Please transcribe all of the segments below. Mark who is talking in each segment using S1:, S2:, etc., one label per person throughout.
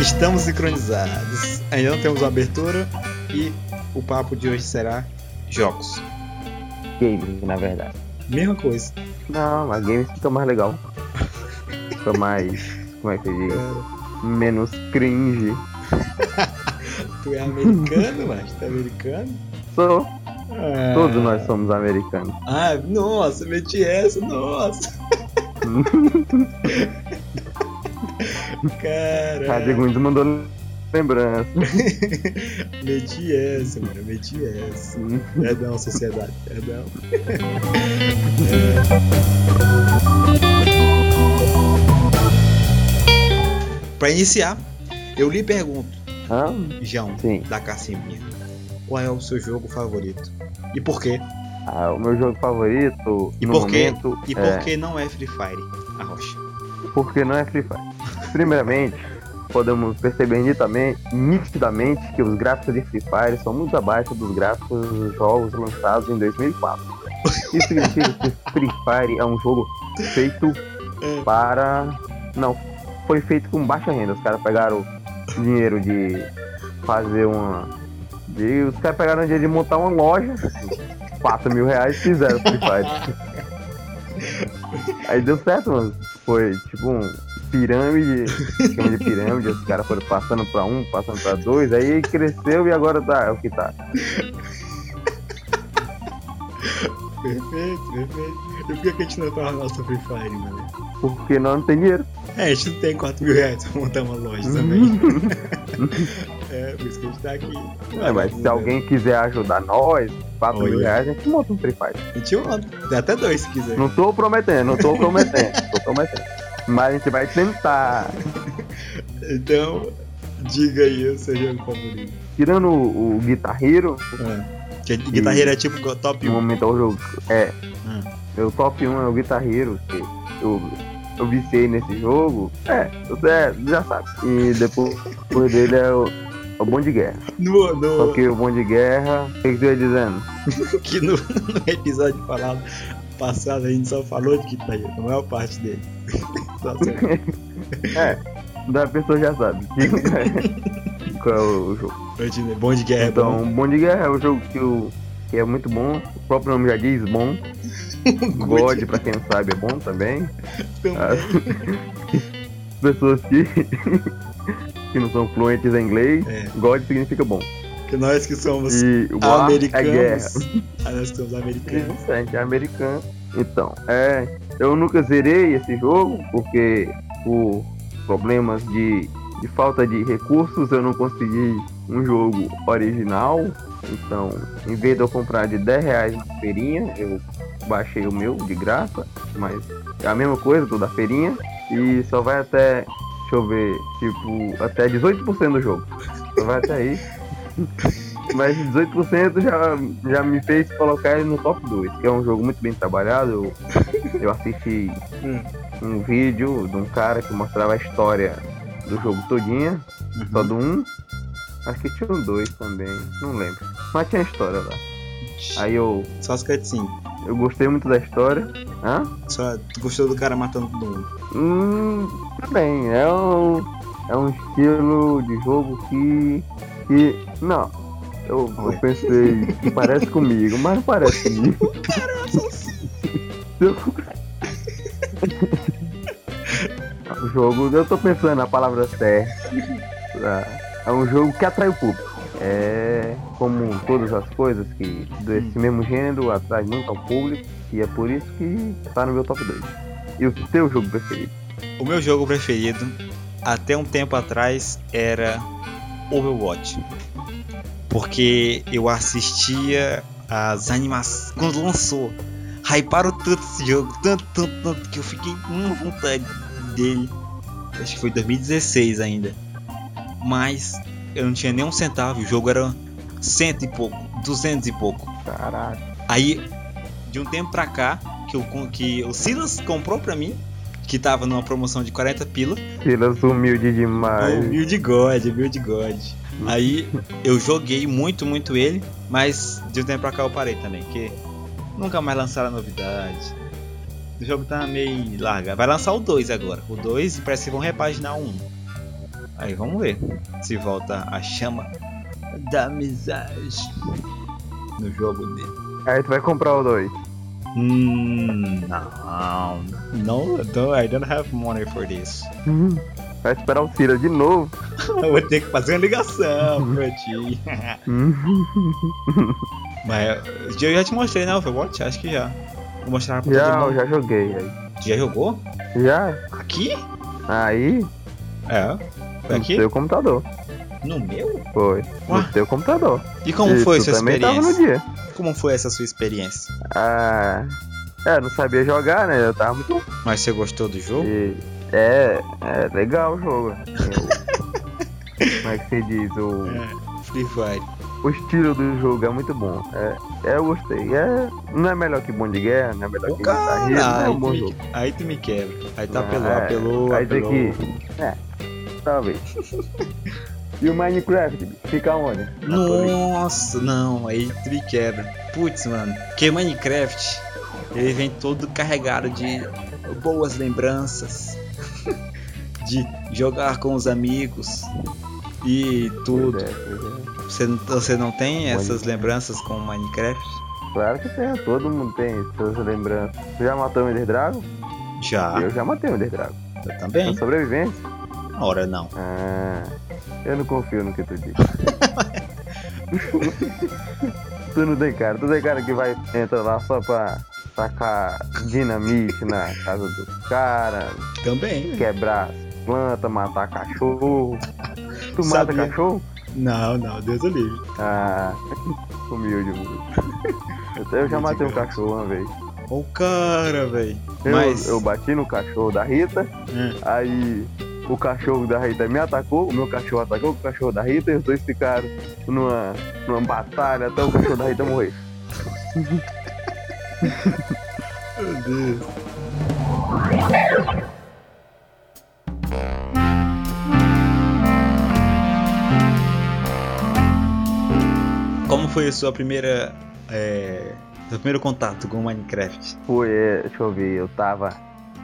S1: Estamos sincronizados. Ainda não temos uma abertura e o papo de hoje será jogos.
S2: Games, na verdade.
S1: Mesma coisa.
S2: Não, mas games fica mais legal. Fica mais. Como é que se diz? Menos cringe.
S1: Tu é americano, mas tu é americano?
S2: Sou.
S1: Ah.
S2: Todos nós somos americanos.
S1: Ah, nossa, meti essa, nossa.
S2: Rádio
S1: Caralho,
S2: Guns mandou lembrança.
S1: meti essa, mano, meti essa. Perdão, sociedade, perdão. É. Pra iniciar, eu lhe pergunto,
S2: Ah,
S1: João,
S2: sim.
S1: da Cassiminha, qual é o seu jogo favorito? E por quê?
S2: Ah, o meu jogo favorito
S1: E
S2: no
S1: por quê?
S2: momento
S1: E por
S2: é
S1: que não é Free Fire, a rocha?
S2: porque não é Free Fire. Primeiramente, podemos perceber nitidamente, nitidamente que os gráficos de Free Fire são muito abaixo dos gráficos dos jogos lançados em 2004. Isso significa que Free Fire é um jogo feito para. Não, foi feito com baixa renda. Os caras pegaram dinheiro de fazer uma. de- os caras pegaram dinheiro de montar uma loja, 4 mil reais e fizeram Free Fire. Aí deu certo, mano. Foi tipo um pirâmide, esquema de pirâmide, os caras foram passando pra um, passando pra dois, aí cresceu e agora tá, é o que tá.
S1: Perfeito, perfeito. E por que que a gente não faz nosso Free Fire, mano?
S2: Porque nós não tem dinheiro.
S1: É, a gente não tem 4 mil reais pra montar uma loja também.
S2: Uhum.
S1: é, por isso que a gente tá aqui.
S2: É, mas se alguém quiser ajudar nós, 4 mil
S1: Olha.
S2: reais, a gente monta um Free Fire.
S1: A gente manda. Dá até dois se quiser.
S2: Não tô prometendo, não tô prometendo, não tô prometendo. Mas a gente vai tentar.
S1: Então, diga aí o seu jogo favorito.
S2: Tirando o, o Guitar Hero,
S1: É. Que guitarreiro é tipo go- top
S2: no
S1: 1.
S2: momento é o jogo. É,
S1: Hum.
S2: meu top 1 é o Guitar Hero. que eu, eu viciei nesse jogo. É, você já sabe. E depois, depois dele é o, é o Bom de Guerra.
S1: No,
S2: Só
S1: no,
S2: que o Bom de Guerra, o que, que tu ia dizendo?
S1: que no, no episódio falado, passado a gente só falou de guitarreiro, a maior parte dele. Tá Só sei.
S2: É, Da pessoa já sabe. Qual é o jogo?
S1: Continua. Bom de guerra é
S2: Então, Bom de Guerra é um jogo que, o- que é muito bom. O próprio nome já diz bom.
S1: bom.
S2: God, pra quem não sabe, é bom também.
S1: Também.
S2: As pessoas que, que não são fluentes em inglês,
S1: É.
S2: God significa bom.
S1: Que nós que somos
S2: E war é guerra.
S1: americanos. Ah, nós que somos americanos.
S2: Isso, a gente é americano. Então, é, eu nunca zerei esse jogo, porque por problemas de, de falta de recursos eu não consegui um jogo original. Então, em vez de eu comprar de 10 reais na feirinha, eu baixei o meu de graça, mas é a mesma coisa, toda feirinha, e só vai até, deixa eu ver, tipo, até 18% do jogo. Só vai até aí. Mas 18% já, já me fez colocar ele no top 2, que é um jogo muito bem trabalhado. Eu, eu assisti
S1: Hum.
S2: um vídeo de um cara que mostrava a história do jogo todinha, só do 1. Um. Acho que tinha um 2 também, não lembro. Mas tinha a história lá. Aí eu,
S1: Só as cutscenes.
S2: eu gostei muito da história. Hã?
S1: Só tu gostou do cara matando todo mundo.
S2: Hum, tudo bem, é um, é um estilo de jogo que. que não, eu, eu
S1: Ué.
S2: pensei que parece comigo, mas não parece comigo. o jogo, eu tô pensando na palavra certa. pra- É um jogo que atrai o público. É como todas as coisas que desse mesmo gênero atrai muito ao público e é por isso que tá no meu top 2. E o teu jogo preferido?
S1: O meu jogo preferido, até um tempo atrás, era Overwatch. Porque eu assistia as animações. Quando lançou, hyparam tanto esse jogo, tanto, tanto, tanto, que eu fiquei com vontade dele. Acho que foi 2016 ainda. Mas eu não tinha nem um centavo, o jogo era cento e pouco, duzentos e pouco.
S2: Caraca.
S1: Aí, de um tempo pra cá, que, eu, con- que o Silas comprou pra mim, que tava numa promoção de 40 pila.
S2: Silas humilde demais.
S1: Humilde God, humilde God. Aí eu joguei muito, muito ele, mas de um tempo pra cá eu parei também, porque nunca mais lançaram novidade. O jogo tá meio largado. Vai lançar o 2 agora. O 2 parece que vão repaginar o 1. Aí vamos ver se volta a chama da amizade no jogo dele.
S2: Aí tu vai comprar o 2.
S1: Hum, não. No, don't, I don't have money for this. Então,
S2: Vai esperar o Cira de novo.
S1: Eu vou ter que fazer uma ligação pra ti. Mas eu já te mostrei, né, Overwatch? Acho que já. Vou mostrar pra
S2: já,
S1: todo
S2: eu
S1: mundo.
S2: já joguei aí.
S1: Já jogou?
S2: Já?
S1: Aqui?
S2: Aí,
S1: É. Foi
S2: no
S1: aqui?
S2: seu computador.
S1: No meu?
S2: Foi.
S1: Ué?
S2: No seu computador.
S1: E como
S2: E
S1: foi
S2: tu
S1: sua
S2: também tava no
S1: experiência?
S2: dia.
S1: Como foi essa sua experiência?
S2: Ah. É, não sabia jogar, né? Eu tava muito
S1: Mas você gostou do jogo?
S2: E é, é legal o jogo. Eu- Como é que se diz? O,
S1: Free Fire.
S2: o estilo do jogo é muito bom. É, eu gostei. É, não é melhor que Bom de Guerra, não é melhor que Guitar Hero, não é
S1: aí,
S2: um
S1: tu
S2: bom
S1: me-
S2: jogo.
S1: aí tu me quebra. Aí tá
S2: Ah,
S1: apelou,
S2: é.
S1: apelou,
S2: Aí
S1: apelou.
S2: daqui. É, talvez. e o Minecraft fica onde? Na Play?
S1: Nossa, não, aí tu me quebra. Putz, mano, porque Minecraft, ele vem todo carregado de boas lembranças, de jogar com os amigos e
S2: Pois
S1: tudo.
S2: é, pois
S1: Você, não- você não tem essas
S2: Minecraft.
S1: lembranças com Minecraft?
S2: é. Claro que tem, todo mundo tem suas lembranças. Você já matou o Ender Dragon?
S1: Já,
S2: Eu já matei o Ender Dragon.
S1: eu
S2: Na
S1: também.
S2: sobrevivência?
S1: Ora, não.
S2: Ah, eu não confio no que tu diz. tu não tem cara, tu tem cara que vai entrar lá só pra tacar dinamite na casa do cara,
S1: Também. né?
S2: quebrar as plantas, matar cachorro. Tu mata
S1: Sabia.
S2: cachorro?
S1: Não, não, Deus o livre.
S2: Ah, humilde. humilde. Eu- Eu
S1: Muito
S2: já matei um
S1: engraçado.
S2: cachorro uma vez.
S1: Ô cara, velho.
S2: Eu,
S1: Mas.
S2: eu bati no cachorro da Rita,
S1: É.
S2: aí o cachorro da Rita me atacou, o meu cachorro atacou o cachorro da Rita e os dois ficaram numa, numa batalha até o cachorro da Rita morrer.
S1: Meu Deus. Como foi a sua primeira. É, seu primeiro contato com o Minecraft?
S2: Foi, é, deixa eu ver, eu tava.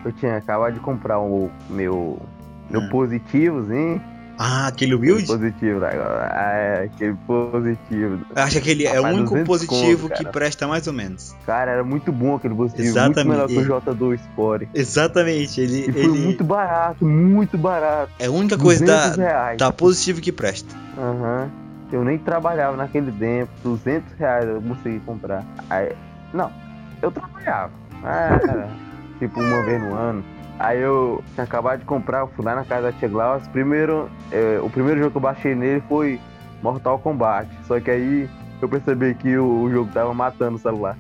S2: Eu tinha acabado de comprar o meu. Meu
S1: Hum.
S2: positivozinho.
S1: Ah, aquele Wild?
S2: Positivo, né? Ah, é, aquele positivo.
S1: Eu acho que ele é o
S2: Rapaz,
S1: único
S2: 200
S1: positivo
S2: conto,
S1: que
S2: cara.
S1: presta mais ou menos.
S2: Cara, era muito bom aquele positivo.
S1: Exatamente.
S2: Muito melhor que o J2 Spore.
S1: Exatamente, ele,
S2: E foi
S1: ele
S2: muito barato, muito barato.
S1: é a única coisa da,
S2: 200 reais.
S1: da positivo que presta.
S2: Aham. Eu nem trabalhava naquele tempo, 200 reais eu consegui comprar. Aí, não, eu trabalhava. Ah, era, tipo uma vez no ano. Aí eu tinha acabado de comprar, eu fui lá na casa da Tia Glaus. Primeiro, eh, o primeiro jogo que eu baixei nele foi Mortal Kombat. Só que aí eu percebi que o, o jogo tava matando o celular.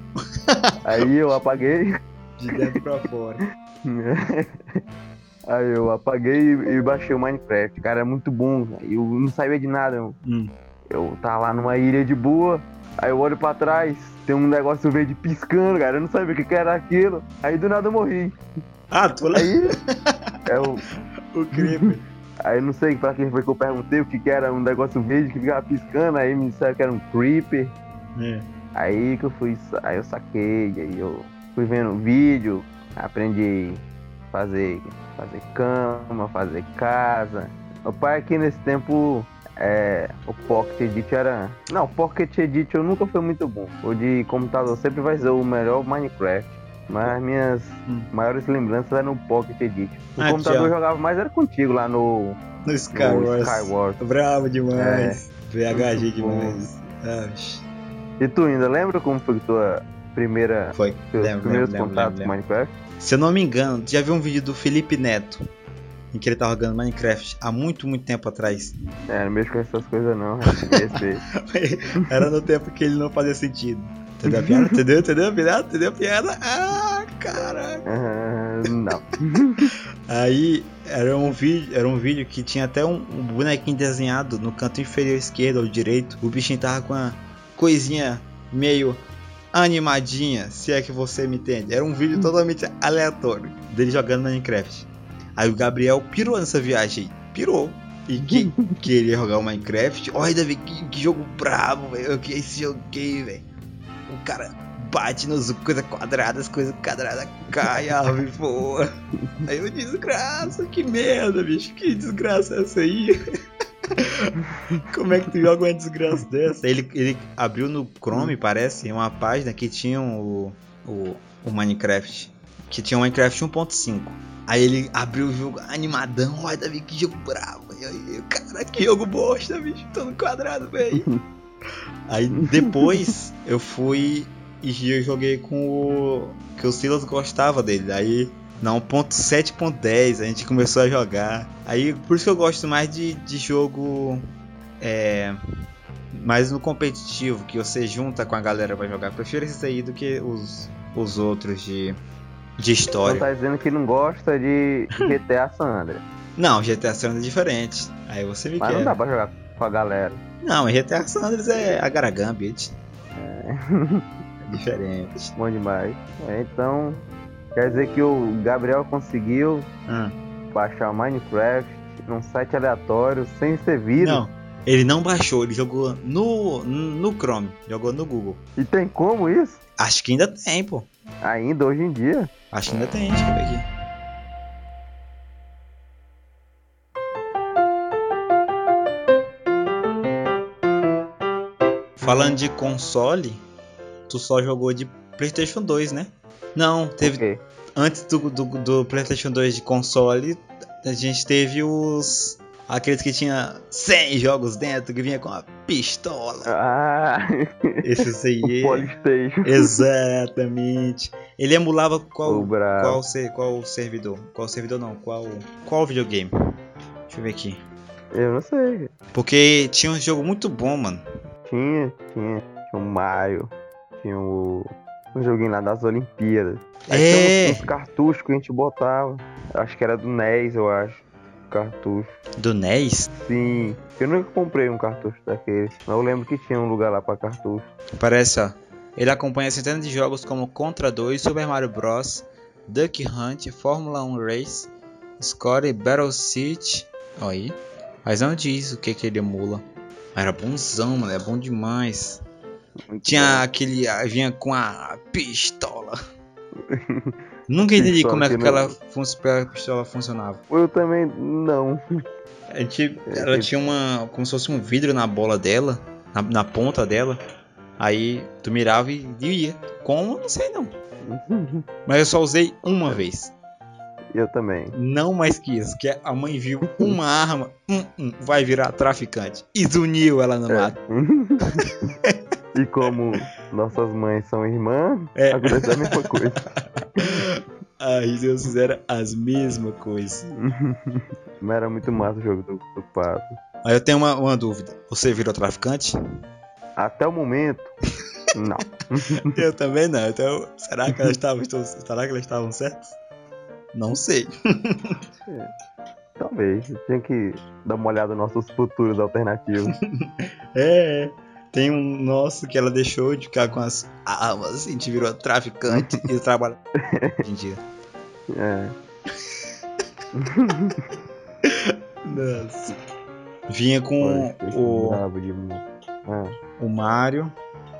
S2: aí eu apaguei.
S1: De dentro pra fora.
S2: aí eu apaguei e, e baixei o Minecraft. Cara, é muito bom. cara. Eu não sabia de nada. Eu,
S1: Hum.
S2: Eu tava lá numa ilha de boa, aí eu olho pra trás, tem um negócio verde piscando, cara. Eu não sabia o que, que era aquilo. Aí do nada eu morri.
S1: Ah, tu lá
S2: Aí eu,
S1: o creeper.
S2: aí eu não sei pra quem foi que eu perguntei o que, que era um negócio verde que ficava piscando, aí me disseram que era um creeper.
S1: É.
S2: Aí que eu fui, sa- aí eu saquei, aí eu fui vendo vídeo, aprendi a fazer, fazer cama, fazer casa. O pai aqui nesse tempo, é, o Pocket Edit era... Não, o Pocket Edit eu nunca fui muito bom. O de computador sempre vai ser o melhor Minecraft. Mas minhas
S1: Hum.
S2: maiores lembranças eram no Pocket Edit. O
S1: Ah,
S2: computador eu
S1: tchau.
S2: jogava mais era contigo lá no,
S1: No
S2: no
S1: Skywars.
S2: Skywars.
S1: Bravo demais. VHG
S2: Muito
S1: demais. Ah, oxi.
S2: E tu ainda lembra como foi que tua primeira...
S1: foi.
S2: Seus
S1: Lembro, lembro,
S2: primeiros
S1: lembro,
S2: contatos
S1: lembro,
S2: com
S1: lembro.
S2: Minecraft?
S1: Se eu não me engano, já vi um vídeo do Felipe Neto em que ele tava jogando Minecraft há muito, muito tempo atrás.
S2: É, não mexo com essas coisas não, respeito.
S1: Era no tempo que ele não fazia sentido. Entendeu a piada? Entendeu? Entendeu a piada? Entendeu a piada? Ah, caraca.
S2: Ah, não.
S1: Aí era um vídeo, era um vídeo que tinha até um, um bonequinho desenhado no canto inferior esquerdo ou direito. O bichinho tava com uma coisinha meio animadinha, se é que você me entende. Era um vídeo totalmente aleatório dele jogando Minecraft. Aí o Gabriel pirou nessa viagem, aí. pirou. E quem queria jogar o Minecraft, olha Davi, que, que jogo brabo, velho. Eu que esse joguei, velho. O cara bate nos coisas quadradas, coisa quadrada cai, a árvore voa. Aí eu desgraça, que merda, bicho, que desgraça é essa aí? Como é que tu joga uma desgraça dessa? Ele, ele abriu no Chrome, parece, uma página que tinha o, o, o Minecraft. Que tinha o Minecraft 1.5. Aí ele abriu o jogo animadão, olha Davi, que jogo bravo. E aí, cara, que jogo bosta, bicho, tô no quadrado, velho. Aí depois eu fui e eu joguei com o. que o Silas gostava dele. Aí não, ponto 7.10 a gente começou a jogar. Aí por isso que eu gosto mais de, de jogo é, mais no competitivo, que você junta com a galera pra jogar. Prefiro esse aí do que os, os outros de, de
S2: Não
S1: história.
S2: tá dizendo que não gosta de GTA San Andreas.
S1: Não, GTA San Andreas é diferente. Aí você me
S2: Mas
S1: quer.
S2: não dá pra jogar com a galera.
S1: Não, GTA San Andreas é a Garagambit. É. diferente.
S2: Bom demais. É, então, quer dizer que o Gabriel conseguiu
S1: Ah.
S2: baixar Minecraft num site aleatório, sem ser vírus.
S1: Não, ele não baixou, ele jogou no, no Chrome, jogou no Google.
S2: E tem como isso?
S1: Acho que ainda tem, pô.
S2: Ainda hoje em dia?
S1: Acho que ainda tem, deixa eu ver aqui. Falando de console, tu só jogou de PlayStation 2, né? Não, teve
S2: Ok.
S1: antes do, do, do PlayStation 2 de console, a gente teve os aqueles que tinha 100 jogos dentro, que vinha com uma pistola.
S2: Ah,
S1: Esses aí.
S2: o Polystation.
S1: Exatamente. Ele emulava qual
S2: O brabo.
S1: qual, se- qual servidor? Qual servidor não? Qual, qual videogame? Deixa eu ver aqui.
S2: Eu não sei.
S1: Porque tinha um jogo muito bom, mano.
S2: Tinha, tinha. Tinha o Mario. Tinha o. Um joguinho lá das Olimpíadas. Aí
S1: É.
S2: tinha uns, uns cartuchos que a gente botava. Acho que era do NES, eu acho. Cartucho.
S1: Do NES?
S2: Sim. Eu nunca comprei um cartucho daquele. Mas eu lembro que tinha um lugar lá pra cartucho.
S1: Parece, ó. Ele acompanha centenas de jogos como Contra 2, Super Mario Bros, Duck Hunt, Fórmula 1 Race, Score, Battle City. Ó aí. Mas não diz o que, que ele emula. Mas Era bonzão, mano. É bom demais.
S2: Muito
S1: Tinha aquele. ah, Vinha com a pistola. Nunca entendi
S2: Pistola
S1: como é que
S2: que não-
S1: aquela fun- aquela pistola funcionava.
S2: bom. Eu também não.
S1: A gente,
S2: É,
S1: ela
S2: é.
S1: tinha uma. como se fosse um vidro na bola dela, na, na ponta dela. Aí tu mirava e ia. Como? Não sei não. Mas eu só usei uma vez.
S2: Eu também.
S1: Não mais que isso. Que a mãe viu uma arma, hum, hum, vai virar traficante. E zuniu ela no mato.
S2: e como nossas mães são irmãs,
S1: É.
S2: aconteceu a mesma coisa.
S1: Aí eles fizeram as mesmas coisas.
S2: Mas era muito massa o jogo do, do pato.
S1: Aí eu tenho uma, uma dúvida. Você virou traficante?
S2: Até o momento, não.
S1: Eu também não. Então, será que elas estavam, estão- será que elas estavam certas? Não sei.
S2: Talvez. Eu tinha que dar uma olhada nos nossos futuros alternativos.
S1: É. Tem um nosso que ela deixou de ficar com as armas, assim, a gente virou traficante e trabalha. Hoje em dia.
S2: É.
S1: Nossa. Vinha com
S2: Olha, esse
S1: É, o,
S2: brabo de mim. Ah,
S1: o Mario.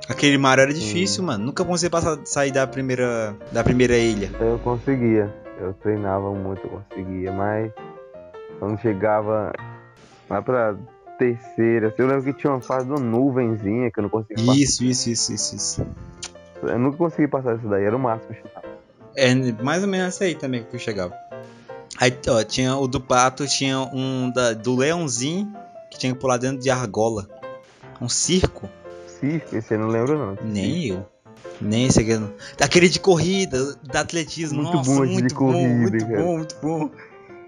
S1: Aquele Mario era difícil,
S2: Hum.
S1: mano. Nunca consegui passar, sair da primeira, da primeira ilha.
S2: É, eu conseguia. Eu treinava muito, eu conseguia, mas quando chegava lá pra terceira, assim, eu lembro que tinha uma fase de uma nuvenzinha que eu não conseguia passar.
S1: Isso, isso, isso, isso, isso.
S2: Eu nunca consegui passar isso daí, era o máximo.
S1: É mais ou menos essa aí também que eu chegava. Aí, ó, tinha o do pato, tinha um da, do leãozinho que tinha que pular dentro de argola. Um circo?
S2: Circo, esse eu não lembro não.
S1: Nem eu. Nem esse aqui. não. Daquele de corrida, da atletismo.
S2: Muito
S1: Nossa,
S2: bom esse de
S1: muito bom,
S2: corrida,
S1: muito
S2: cara.
S1: bom, muito bom.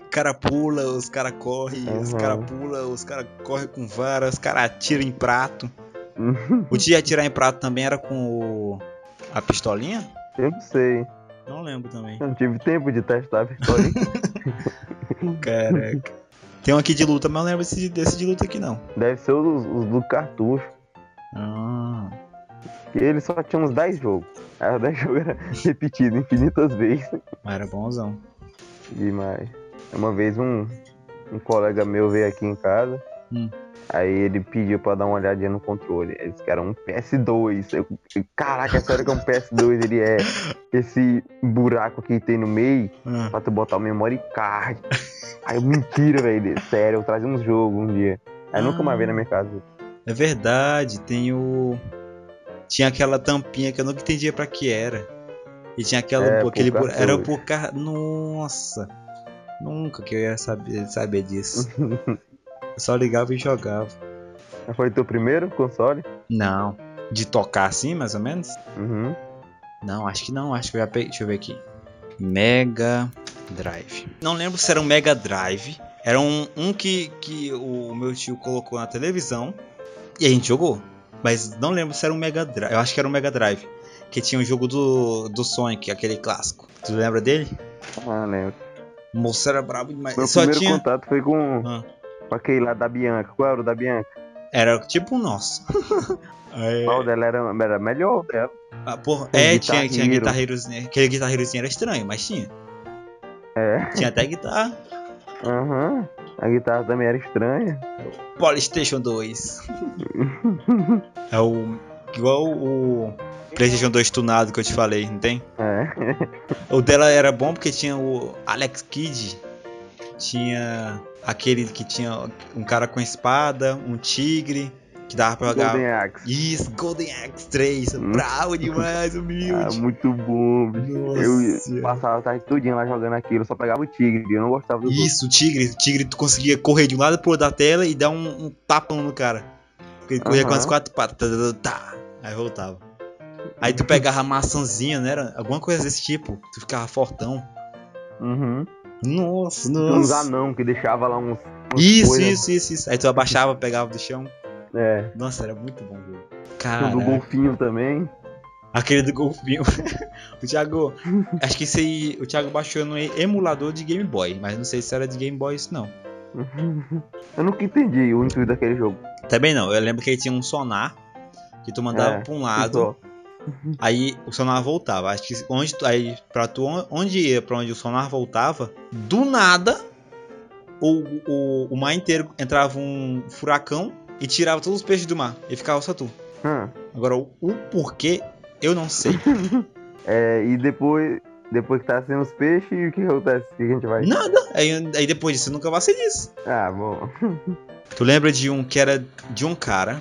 S1: O cara pula, os cara corre, os
S2: Aham.
S1: cara pula, os cara corre com vara, os cara atira em prato. O de atirar em prato também era com o... a pistolinha?
S2: Eu não sei.
S1: Não lembro também.
S2: Eu não tive tempo de testar a pistola.
S1: Caraca. Tem um aqui de luta, mas eu não lembro desse, desse de luta aqui não.
S2: Deve ser os, os do cartucho.
S1: Ah.
S2: que Ele só tinha uns 10 jogos. Aí os 10 jogos era repetido infinitas vezes.
S1: Mas era bonzão.
S2: Demais. Uma vez um, um colega meu veio aqui em casa.
S1: Hum.
S2: Aí ele pediu pra dar uma olhadinha no controle. Aí Eles que era um PS2. Eu- eu- caraca, é sério que é um PS2? Ele é esse buraco que tem no meio
S1: Ah,
S2: pra tu botar o memory card. Aí eu, mentira, velho. Sério, eu trazia um jogo um dia. Aí nunca mais veio na minha casa.
S1: é verdade, tem o. Tinha aquela tampinha que eu nunca entendia pra que era. E tinha aquela,
S2: É,
S1: pô, aquele
S2: pro
S1: bura- Era
S2: cartucho.
S1: por car... Nossa! Nunca que eu ia saber, saber disso. eu só ligava e jogava.
S2: Foi teu primeiro console?
S1: Não. De tocar assim, mais ou menos?
S2: Uhum.
S1: Não, acho que não. Acho que eu já peguei. Deixa eu ver aqui. Mega Drive. Não lembro se era um Mega Drive. Era um, um que, que o meu tio colocou na televisão. E a gente jogou. Mas não lembro se era um Mega Drive. Eu acho que era um Mega Drive. Que tinha o jogo do, do Sonic, aquele clássico. Tu lembra dele?
S2: Ah, lembro.
S1: O moço era brabo demais.
S2: Meu
S1: Só
S2: primeiro
S1: tinha.
S2: contato foi com,
S1: Ah.
S2: com aquele lá da Bianca. Qual era o da Bianca?
S1: Era tipo o nosso. É,
S2: Qual dela era, era melhor né? dela.
S1: ah, porra,
S2: Tem
S1: é,
S2: Guitar
S1: tinha, tinha
S2: Hero.
S1: guitarreirozinho. Aquele guitarreirozinho era estranho, mas tinha.
S2: É.
S1: Tinha até guitarra.
S2: Aham. A guitarra também era estranha.
S1: PlayStation 2. é o. Igual o PlayStation 2 tunado que eu te falei, não tem?
S2: É.
S1: O dela era bom porque tinha o Alex Kidd, tinha aquele que tinha um cara com espada, um tigre, que dava pra jogar.
S2: Golden Axe. Hum.
S1: Isso, Golden Axe 3, bravo demais,
S2: Ah,
S1: humilde.
S2: muito bom, bicho. Eu
S1: Nossa.
S2: passava a tarde todinha lá jogando aquilo, só pegava o tigre, eu não gostava do outro.
S1: Isso, o tigre. O tigre tu conseguia correr de um lado pro outro da tela e dar um, um tapão no cara. Porque ele corria com as
S2: Aham.
S1: quatro patas. tá, tá, tá, tá, aí voltava. Aí tu pegava a maçãzinha, né? Era alguma coisa desse tipo. Tu ficava fortão.
S2: Uhum.
S1: Nossa,
S2: Uns
S1: nossa.
S2: anão que deixava lá uns. umas
S1: Isso,
S2: coisas.
S1: isso, isso, isso. Aí tu abaixava, pegava do chão.
S2: É.
S1: Nossa, era muito bom, viu?
S2: Tinha um do
S1: Cara,
S2: golfinho também.
S1: aquele do golfinho. o Thiago. Acho que esse aí. O Thiago baixou no emulador de Game Boy. Mas não sei se era de Game Boy isso, não.
S2: Eu nunca entendi o intuito daquele jogo.
S1: Também não, eu lembro que ele tinha um sonar que tu mandava
S2: É,
S1: pra um lado,
S2: Só.
S1: aí o sonar voltava. Acho que onde tu, aí para tu onde ia, para onde o sonar voltava, do nada o, o, o mar inteiro entrava um furacão e tirava todos os peixes do mar e ficava só tu.
S2: Hã.
S1: Agora o, o porquê eu não sei.
S2: É, e depois, depois que tá sendo os peixes, e o que acontece? O que a gente vai.
S1: Nada. Aí, aí depois disso eu nunca passei disso.
S2: Ah, bom.
S1: Tu lembra de um que era de um cara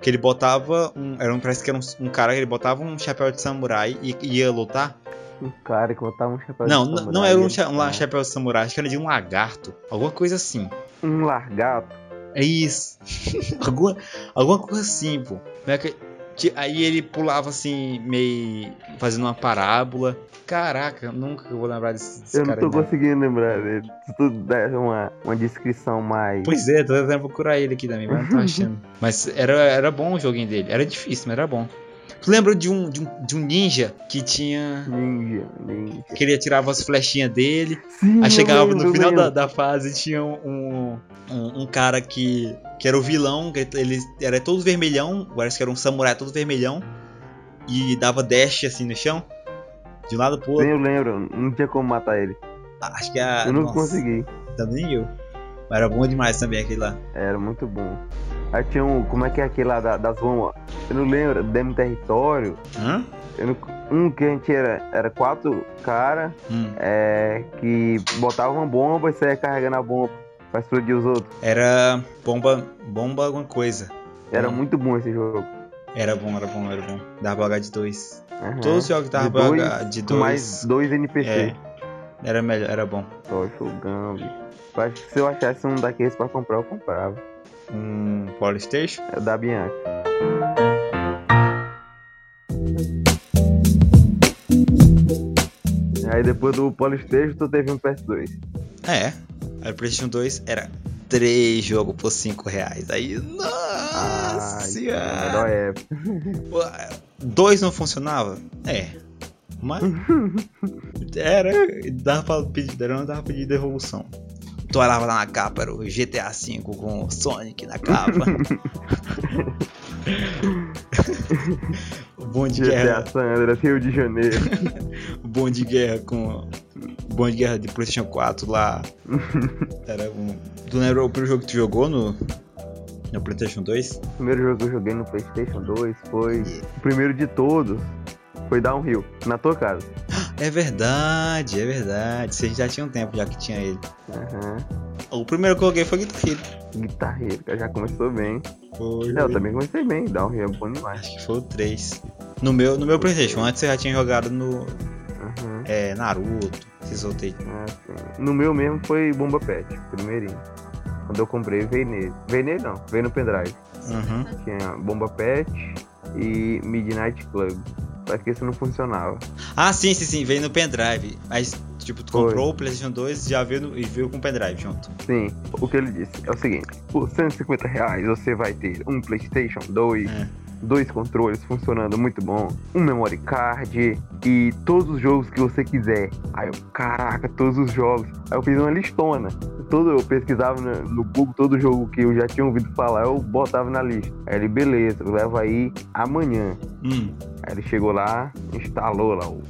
S1: que ele botava um. Era um parece que era um, um cara que ele botava um chapéu de samurai e, e ia lutar?
S2: Um cara que botava um chapéu
S1: não,
S2: de
S1: n-
S2: samurai, é.
S1: não era um,
S2: ele
S1: cha- um
S2: tava-
S1: la- chapéu de samurai, acho que era de um lagarto. Alguma coisa assim.
S2: Um largato.
S1: É isso. alguma, alguma coisa assim, pô. Como é que- ti- Aí ele pulava assim, meio. fazendo uma parábola. Caraca, nunca que eu vou lembrar desse, desse
S2: Eu não
S1: cara. é.
S2: tô
S1: ainda.
S2: conseguindo lembrar dele. Se tu der uma, uma descrição mais.
S1: Pois é, tô tentando procurar ele aqui também, mas não tô achando. mas era, era bom o joguinho dele. Era difícil, mas era bom. Tu lembra de um, de um, de um ninja que tinha.
S2: Ninja, ninja.
S1: que ele atirava as flechinhas dele.
S2: Sim, eu
S1: Aí chegava
S2: lembro,
S1: no final da,
S2: lembro.
S1: da fase tinha um, um, um cara que. que era o vilão, que ele era todo vermelhão, parece que era um samurai todo vermelhão. E dava dash assim no chão. De um lado pro outro.
S2: Sim, Eu lembro, não tinha como matar ele.
S1: Acho que a.
S2: eu não
S1: Ah, nossa,
S2: consegui.
S1: Também eu. Mas era bom demais também aquele lá.
S2: Era muito bom. Aí tinha um. Como é que é aquele lá da, das bombas? Eu não lembro, demo território.
S1: Hã?
S2: Eu não- um que a gente era. Era quatro caras
S1: Hum.
S2: é, que botavam uma bomba e saia carregando a bomba pra explodir os outros.
S1: Era bomba, bomba alguma coisa.
S2: Era
S1: Hum.
S2: muito bom esse jogo.
S1: Era bom, era bom, era bom. Dava pra H de 2.
S2: Aham.
S1: Todos os jogos
S2: É. De
S1: dava pra H
S2: dois,
S1: de É.
S2: com
S1: 2.
S2: mais dois NPC.
S1: Era melhor, era bom.
S2: Só jogão, bicho. Eu acho que se eu achasse um daqueles pra comprar, eu comprava.
S1: Um Polystation.
S2: É o da Bianca. Aí depois do Polystation, tu teve um PS2.
S1: É. Era PlayStation 2, era 3 jogos por 5 reais. Aí, nossa! Ah,
S2: Ai, melhor época.
S1: Dois não funcionava? É. Mas. Era. Dava pra pedir, era- dava pra pedir devolução. Tu olhava lá na capa, era o GTA V com o Sonic na capa. o bom de guerra.
S2: GTA San Andreas, Rio de Janeiro.
S1: O bom de guerra com. O bom de guerra de PlayStation 4 lá. Era um. Tu lembra o primeiro jogo que tu jogou no. No PlayStation 2?
S2: O primeiro jogo que eu joguei no PlayStation 2 foi. O primeiro de todos foi Downhill, na tua casa.
S1: É verdade, é verdade. Você já tinha um tempo já que tinha ele.
S2: Aham.
S1: O primeiro que eu joguei foi Guitar Hero.
S2: Guitarreiro, cara, já começou bem.
S1: Foi.
S2: Não, É, eu também comecei bem. Downhill é bom demais.
S1: Acho que foi o 3. No meu, no meu PlayStation, antes eu já tinha jogado no
S2: Aham.
S1: é, Naruto, esses outros aí.
S2: Ah, sim. Uhum, No meu mesmo foi Bomba Pet, primeirinho. Quando eu comprei, veio nele. Veio nele não, veio no pendrive.
S1: Uhum.
S2: Tinha Bomba Pet e Midnight Club. Parece que isso não funcionava.
S1: Ah, sim, sim, sim, veio no pendrive. Mas, tipo, tu
S2: Foi.
S1: comprou o PlayStation 2 já veio no- e veio com o pendrive junto.
S2: Sim, o que ele disse é o seguinte: por 150 reais você vai ter um PlayStation 2,
S1: É.
S2: dois controles funcionando muito bom, um memory card e todos os jogos que você quiser. Aí eu, caraca, todos os jogos. Aí eu fiz uma listona. Todo, eu pesquisava no, no Google todo jogo que eu já tinha ouvido falar, eu botava na lista. Aí ele, beleza, leva aí amanhã.
S1: Hum.
S2: Aí ele chegou lá, instalou lá o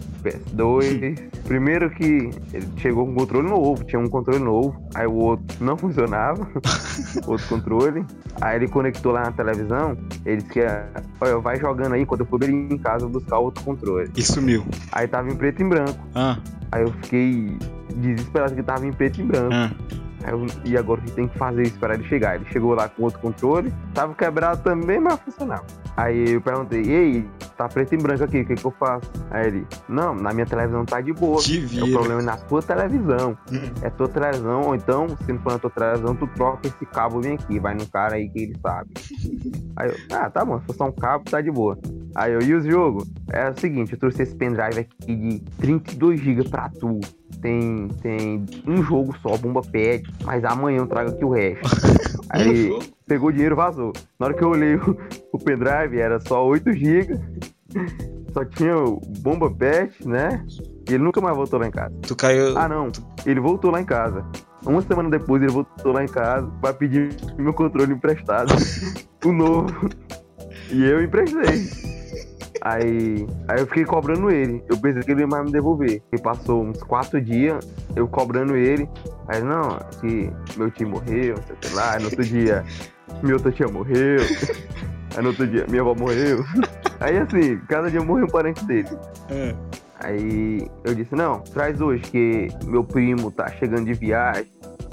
S2: PS2. Primeiro que ele chegou com um controle novo, tinha um controle novo, aí o outro não funcionava, outro controle. Aí ele conectou lá na televisão, ele disse que ah, olha, vai jogando aí, quando eu for em casa, eu vou buscar outro controle.
S1: E sumiu.
S2: Aí tava em preto e branco.
S1: Ah,
S2: Aí eu fiquei desesperado que tava em preto e branco.
S1: ah.
S2: Aí eu, e agora o que tem que fazer? Esperar ele chegar. Ele chegou lá com outro controle, tava quebrado também, mas funcionava. Aí eu perguntei, e aí, tá preto e branco aqui, o que que eu faço? Aí ele, não, na minha televisão tá de boa.
S1: Te
S2: É o
S1: vira. Uhum.
S2: problema é na tua televisão. É tua televisão, ou então, se não for na tua televisão, tu troca esse cabo bem aqui, vai no cara aí que ele sabe. Aí eu, ah, tá bom, se for só um cabo, tá de boa. Aí eu, e os jogos? É o seguinte, eu trouxe esse pendrive aqui de 32 GB pra tu. Tem, tem um jogo só, bomba pet, mas amanhã eu trago aqui o resto. Aí
S1: Um jogo?
S2: pegou o dinheiro e vazou. Na hora que eu olhei o, o pendrive, era só 8 GB. Só tinha o bomba pet, né? E ele nunca mais voltou lá em casa.
S1: Tu caiu.
S2: Ah, não. Ele voltou lá em casa. Uma semana depois ele voltou lá em casa pra pedir meu controle emprestado. o novo. E eu emprestei. Aí, aí eu fiquei cobrando ele. Eu pensei que ele ia mais me devolver. E passou uns quatro dias eu cobrando ele. Aí, não, que meu tio morreu, não sei o que lá. Aí, no outro dia, meu outra tia morreu. Aí, no outro dia, minha avó morreu. Aí, assim, cada dia morreu um parente dele.
S1: Ah.
S2: Aí eu disse, não, traz hoje, que meu primo tá chegando de viagem.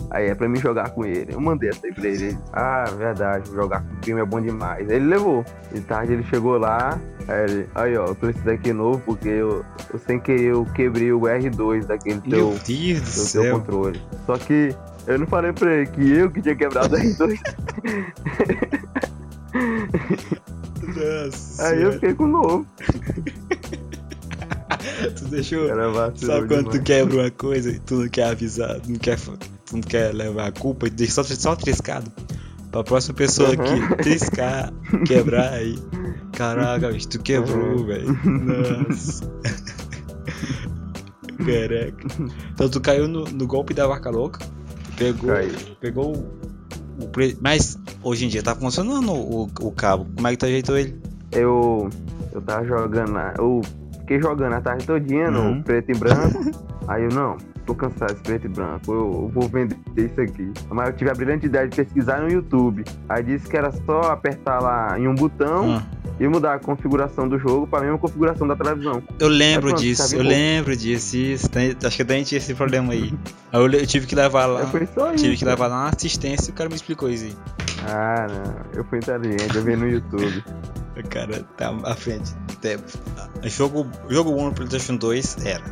S2: Aí é pra mim jogar com ele. Eu mandei essa aí pra ele. Ele, Ah, verdade, jogar com o primo é bom demais. Aí ele levou. De tarde ele chegou lá. Aí, ele, aí ó, eu trouxe isso daqui novo porque eu, eu sem querer eu quebrei o R2 daquele
S1: Meu
S2: teu,
S1: Deus do
S2: teu, teu
S1: céu.
S2: controle. Só que eu não falei pra ele que eu que tinha quebrado o R2.
S1: Nossa
S2: aí eu
S1: senhora,
S2: fiquei com o novo.
S1: Tu deixou.
S2: Era vacilou
S1: Sabe quando
S2: demais.
S1: tu quebra uma coisa e tu não quer avisar, não quer, fa- tu não quer levar a culpa e deixa só, só triscado? Pra próxima pessoa
S2: Aham.
S1: que triscar, quebrar aí. Caraca, bicho, tu quebrou, velho. Nossa. Caraca. Então tu caiu no, no golpe da vaca louca. Pegou.
S2: Caí.
S1: Pegou o. o pre- Mas hoje em dia tá funcionando o, o cabo. Como é que tu ajeitou ele?
S2: eu, eu tava jogando lá, eu fiquei jogando a tarde todinha
S1: Uhum.
S2: no preto e branco. aí eu, não, tô cansado desse preto e branco, eu, eu vou vender isso aqui. Mas eu tive a brilhante ideia de pesquisar no YouTube. Aí disse que era só apertar lá em um botão
S1: Ah.
S2: e mudar a configuração do jogo pra mesma configuração da televisão.
S1: Eu lembro
S2: Aí pronto,
S1: disso,
S2: sabe
S1: eu
S2: o-
S1: lembro disso, isso, tem- acho que até a gente tinha esse problema aí. Aí eu, le- eu tive que levar lá.
S2: Aí foi só isso.
S1: Tive que levar lá na assistência e o cara me explicou isso aí.
S2: Ah, não, eu fui inteligente, eu vi no YouTube.
S1: O cara tá à frente do tempo. O jogo, jogo bom no Playstation 2 era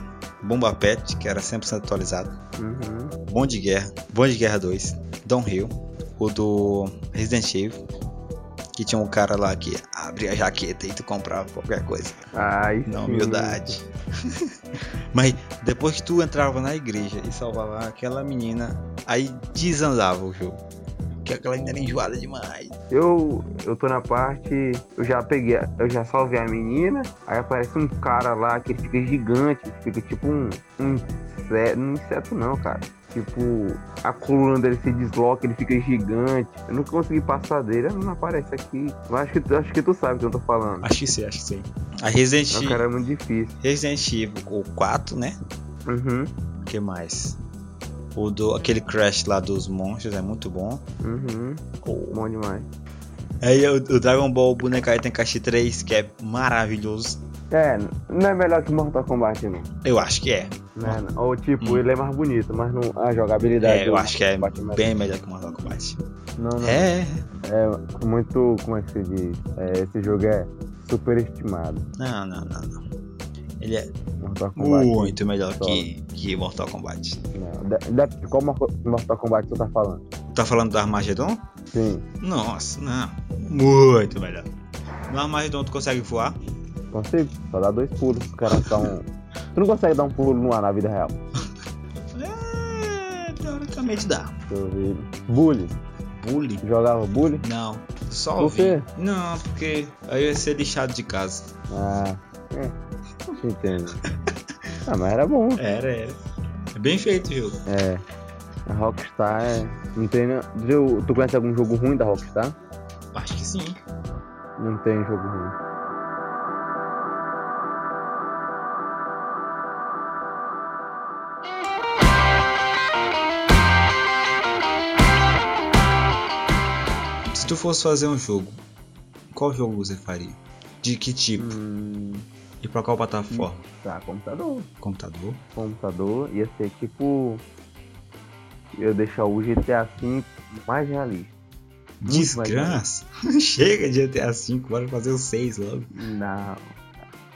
S1: Bomba Pet, que era 100% atualizado.
S2: Uhum.
S1: Bom de Guerra, Bom de Guerra 2, Downhill, o do Resident Evil. Que tinha um cara lá que abria a jaqueta e tu comprava qualquer coisa.
S2: Ai,
S1: Na
S2: sim.
S1: humildade. Mas depois que tu entrava na igreja e salvava aquela menina, aí desandava o jogo. Porque aquela menina era enjoada demais.
S2: Eu, eu tô na parte, eu já peguei, eu já salvei a menina, aí aparece um cara lá que ele fica gigante, fica tipo um, um inseto, um inseto não, cara. Tipo, a coluna dele se desloca, ele fica gigante. Eu nunca consegui passar dele, ah, não aparece aqui. Eu acho que, tu- acho que tu sabe o que eu tô falando.
S1: Acho que sim, acho que sim. A Resident,
S2: O cara é muito difícil.
S1: Resident Evil, o 4, né?
S2: Uhum,
S1: O que mais? O do, aquele Crash lá dos monstros é muito bom.
S2: uhum,
S1: O,
S2: bom demais.
S1: Aí o, o Dragon Ball Bunekai Tenkaichi 3, que é maravilhoso.
S2: É, não é melhor que Mortal Kombat, não.
S1: Eu acho que é.
S2: Né? Ou tipo, ele é mais bonito, mas não, a jogabilidade.
S1: Hum. É, eu
S2: do
S1: acho que é
S2: Mortal Kombat
S1: bem melhor que Mortal Kombat.
S2: Não, não. É.
S1: É,
S2: muito, como é que se diz? É, esse jogo é superestimado.
S1: não, não, não, não. Ele é
S2: Mortal Kombat.
S1: muito melhor que, que Mortal Kombat.
S2: Não, de- deve- qual Mor- Mortal Kombat você tá falando?
S1: Tá falando do Armagedon?
S2: Sim,
S1: Nossa, não. Muito melhor. No Armagedon tu consegue voar?
S2: consigo. Só dá dois pulos pro cara dar um. Tu não consegue dar um pulo no ar na vida real.
S1: É, teoricamente dá.
S2: Deixa eu ver. Bully.
S1: Bully?
S2: Jogava bully?
S1: Não. Só
S2: Por
S1: ouvir.
S2: quê?
S1: Não, porque aí eu ia ser lixado de casa.
S2: Ah, é. Te entendo. Ah, mas era bom.
S1: Era, era. É bem feito o jogo.
S2: É. A Rockstar é. Não tem. nem- Tu, tu conhece algum jogo ruim da Rockstar?
S1: Acho que sim.
S2: Não tem jogo ruim.
S1: Se tu fosse fazer um jogo, qual jogo você faria? De que tipo?
S2: Hum,
S1: E pra qual plataforma?
S2: tá, computador.
S1: Computador?
S2: Computador ia ser tipo. Eu deixar o GTA V mais realista. Muito
S1: Desgraça! Chega de GTA V, bora fazer o 6 logo.
S2: Não.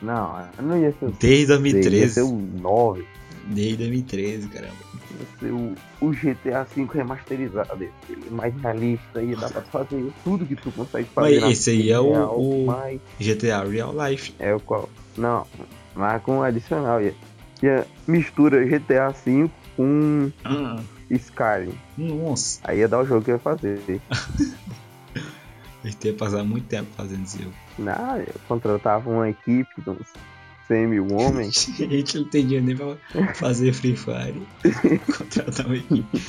S2: Não, não ia ser o
S1: Desde
S2: seis, Ia
S1: 2013.
S2: ser o 9.
S1: Desde 2013, caramba.
S2: Ia ser o, o GTA V remasterizado. Ia ser mais realista. Ia dar pra tu fazer tudo que tu consegue fazer. na
S1: esse aí é o-
S2: real,
S1: o-
S2: mas-
S1: GTA Real Life.
S2: É o qual. Não, mas com adicional. Ia, ia- mistura GTA V com
S1: Ah,
S2: Skyrim.
S1: nossa,
S2: Aí ia dar o jogo que eu ia fazer.
S1: eu ia passar muito tempo fazendo esse jogo.
S2: Na, Ah, eu contratava uma equipe de uns 100 mil homens.
S1: A gente não tem dinheiro nem pra fazer Free Fire. Contratar uma equipe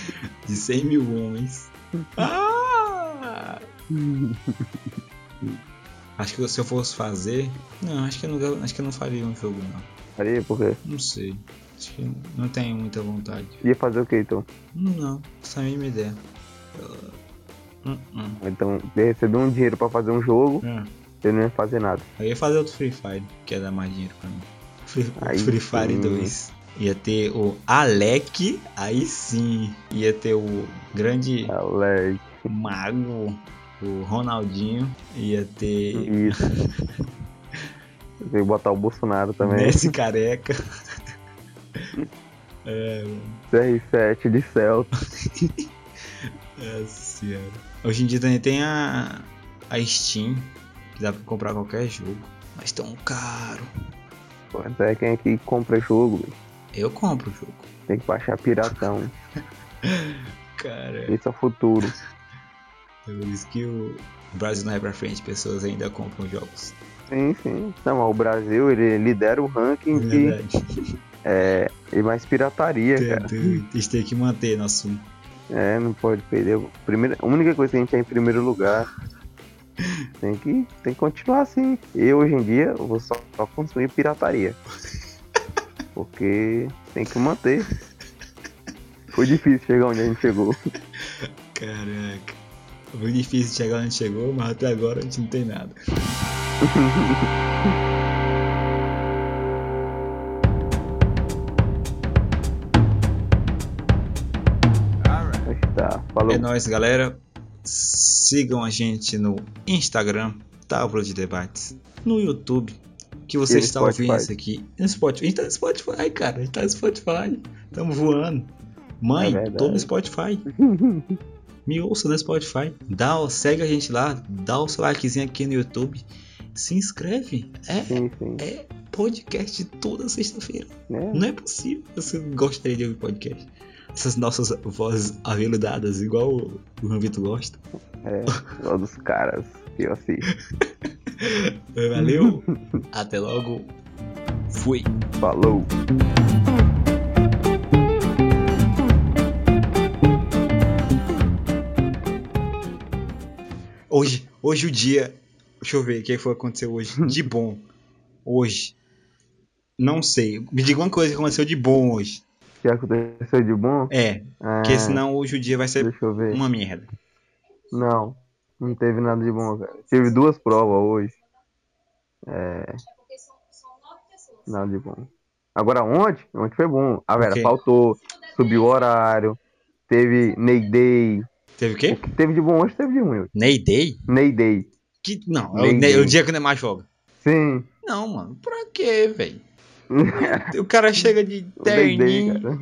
S1: de 100 mil homens. Ah! Acho que se eu fosse fazer. Não, acho que eu não, acho que eu não faria um jogo, não.
S2: Aí, porque
S1: Não sei. Acho que eu não tenho muita vontade.
S2: ia fazer o que então?
S1: Não, essa é a mínima ideia. Eu- Hum, hum.
S2: Então, ia receber um dinheiro pra fazer um jogo,
S1: Ah,
S2: eu não ia fazer nada.
S1: eu ia fazer outro Free Fire, que ia dar mais dinheiro pra mim. Free,
S2: Aí
S1: Free Fire
S2: sim.
S1: 2. Ia ter o Alec, aí sim. Ia ter o grande
S2: Ah, Alex,
S1: mago, o Ronaldinho. Ia ter
S2: isso. Tem que botar o Bolsonaro também.
S1: Messi Careca. é,
S2: CR7 de Celta.
S1: Nossa senhora. Hoje em dia também tem a, a Steam, que dá pra comprar qualquer jogo, mas tão caro.
S2: Pô, Até quem aqui compra jogo, bicho,
S1: Eu compro o jogo.
S2: tem que baixar piratão.
S1: Cara,
S2: Isso é o futuro.
S1: eu disse que o Brasil não é pra frente, pessoas ainda compram jogos.
S2: Sim, sim. Não, mas o Brasil, ele lidera o ranking de
S1: É Verdade.
S2: é, e mais pirataria,
S1: É
S2: cara.
S1: doido. A gente tem que manter nosso.
S2: É, não pode perder. Primeira, a única coisa que a gente é em primeiro lugar. Tem que, tem que continuar assim. Eu hoje em dia eu vou só, só consumir pirataria. Porque tem que manter. Foi difícil chegar onde a gente chegou.
S1: Caraca. Foi difícil chegar onde chegou, mas até agora a gente não tem nada. É
S2: Mas tá, falou.
S1: É nóis, galera. Sigam a gente no Instagram, Tábua de Debates, no YouTube, que você
S2: E no
S1: está
S2: Spotify.
S1: ouvindo isso aqui. No Spotify. A gente tá no Spotify, cara. A gente tá no Spotify. Tamo voando. Mãe,
S2: É verdade.
S1: tô no Spotify. Me ouça no Spotify. Dá, o- segue a gente lá. Dá o seu likezinho aqui no YouTube. Se inscreve. É
S2: Sim, sim.
S1: podcast toda sexta-feira.
S2: Né?
S1: Não é possível. Você gostaria de ouvir podcast? Essas nossas vozes aveludadas, igual o o João Vitor gosta.
S2: É, só dos caras que eu assisto.
S1: Valeu, até logo. Fui.
S2: Falou.
S1: Hoje, hoje o dia. Deixa eu ver o que foi que aconteceu hoje. De bom. Hoje. Não sei. Me diga uma coisa que aconteceu de bom hoje.
S2: O que aconteceu de bom?
S1: É,
S2: Ah,
S1: porque senão hoje o dia vai ser
S2: Deixa eu ver.
S1: uma merda.
S2: Não. Não teve nada de bom, cara. Tive duas provas hoje. É. Nada de bom. Agora ontem, ontem foi bom. A Vera
S1: Ok.
S2: faltou, subiu o horário, teve Ney Day.
S1: Teve o
S2: O
S1: quê?
S2: que teve de bom hoje teve de ruim. hoje.
S1: Ney Day?
S2: Ney Day.
S1: Que, não, é
S2: Ney
S1: o, Ney-
S2: Day.
S1: o dia que o Neymar joga.
S2: Sim.
S1: Não, mano, pra quê, velho? o cara chega de
S2: O Ney Day,
S1: terninho,
S2: cara.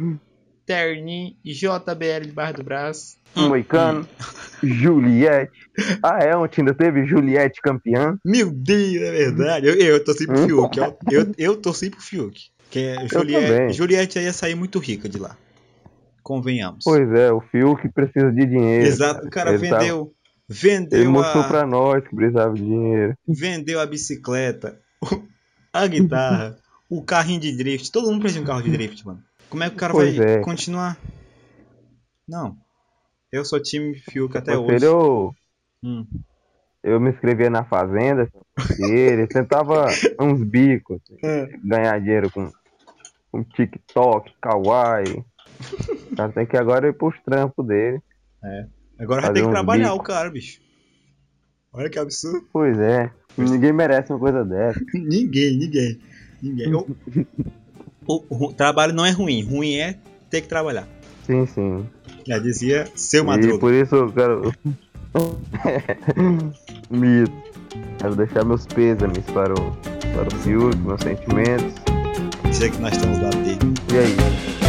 S1: terninho, JBL debaixo do braço.
S2: Moicano, Juliette. Ah, é, ontem ainda teve Juliette campeã.
S1: Meu Deus, é verdade. Eu, eu torci
S2: Hum?
S1: pro Fiuk. Eu, eu, eu torci pro Fiuk. Que é
S2: também.
S1: Juliette, Juliette ia sair muito rica de lá. Convenhamos.
S2: Pois é, o Fiuk precisa de dinheiro.
S1: Exato, o cara
S2: Ele tava-
S1: vendeu.
S2: Ele
S1: Vendeu
S2: mostrou
S1: a,
S2: pra nós que precisava de dinheiro.
S1: vendeu a bicicleta, a guitarra, o carrinho de drift. Todo mundo precisa de um carro de drift, mano. Como é que o cara
S2: Pois
S1: vai
S2: é.
S1: continuar? Não. Eu sou time Fiuk até
S2: Conselho,
S1: hoje.
S2: eu,
S1: Hum.
S2: eu me inscrevia na fazenda, assim, ele tentava uns bicos, assim,
S1: É.
S2: ganhar dinheiro com, com TikTok, Kawaii. O cara tem que agora ir pros trampos dele.
S1: Agora vai
S2: Fazer
S1: ter que
S2: uns
S1: trabalhar
S2: bico.
S1: o cara, bicho. Olha que absurdo.
S2: Pois é, ninguém merece uma coisa dessa.
S1: Ninguém, ninguém. Ninguém. Eu- o, o trabalho não é ruim. Ruim é ter que trabalhar.
S2: Sim, sim.
S1: Já dizia seu
S2: E
S1: madruga.
S2: por isso eu quero. Mito. Quero deixar meus pêsames para o, para o Fiuk, meus sentimentos.
S1: Dizer que nós estamos lá dele.
S2: E é aí?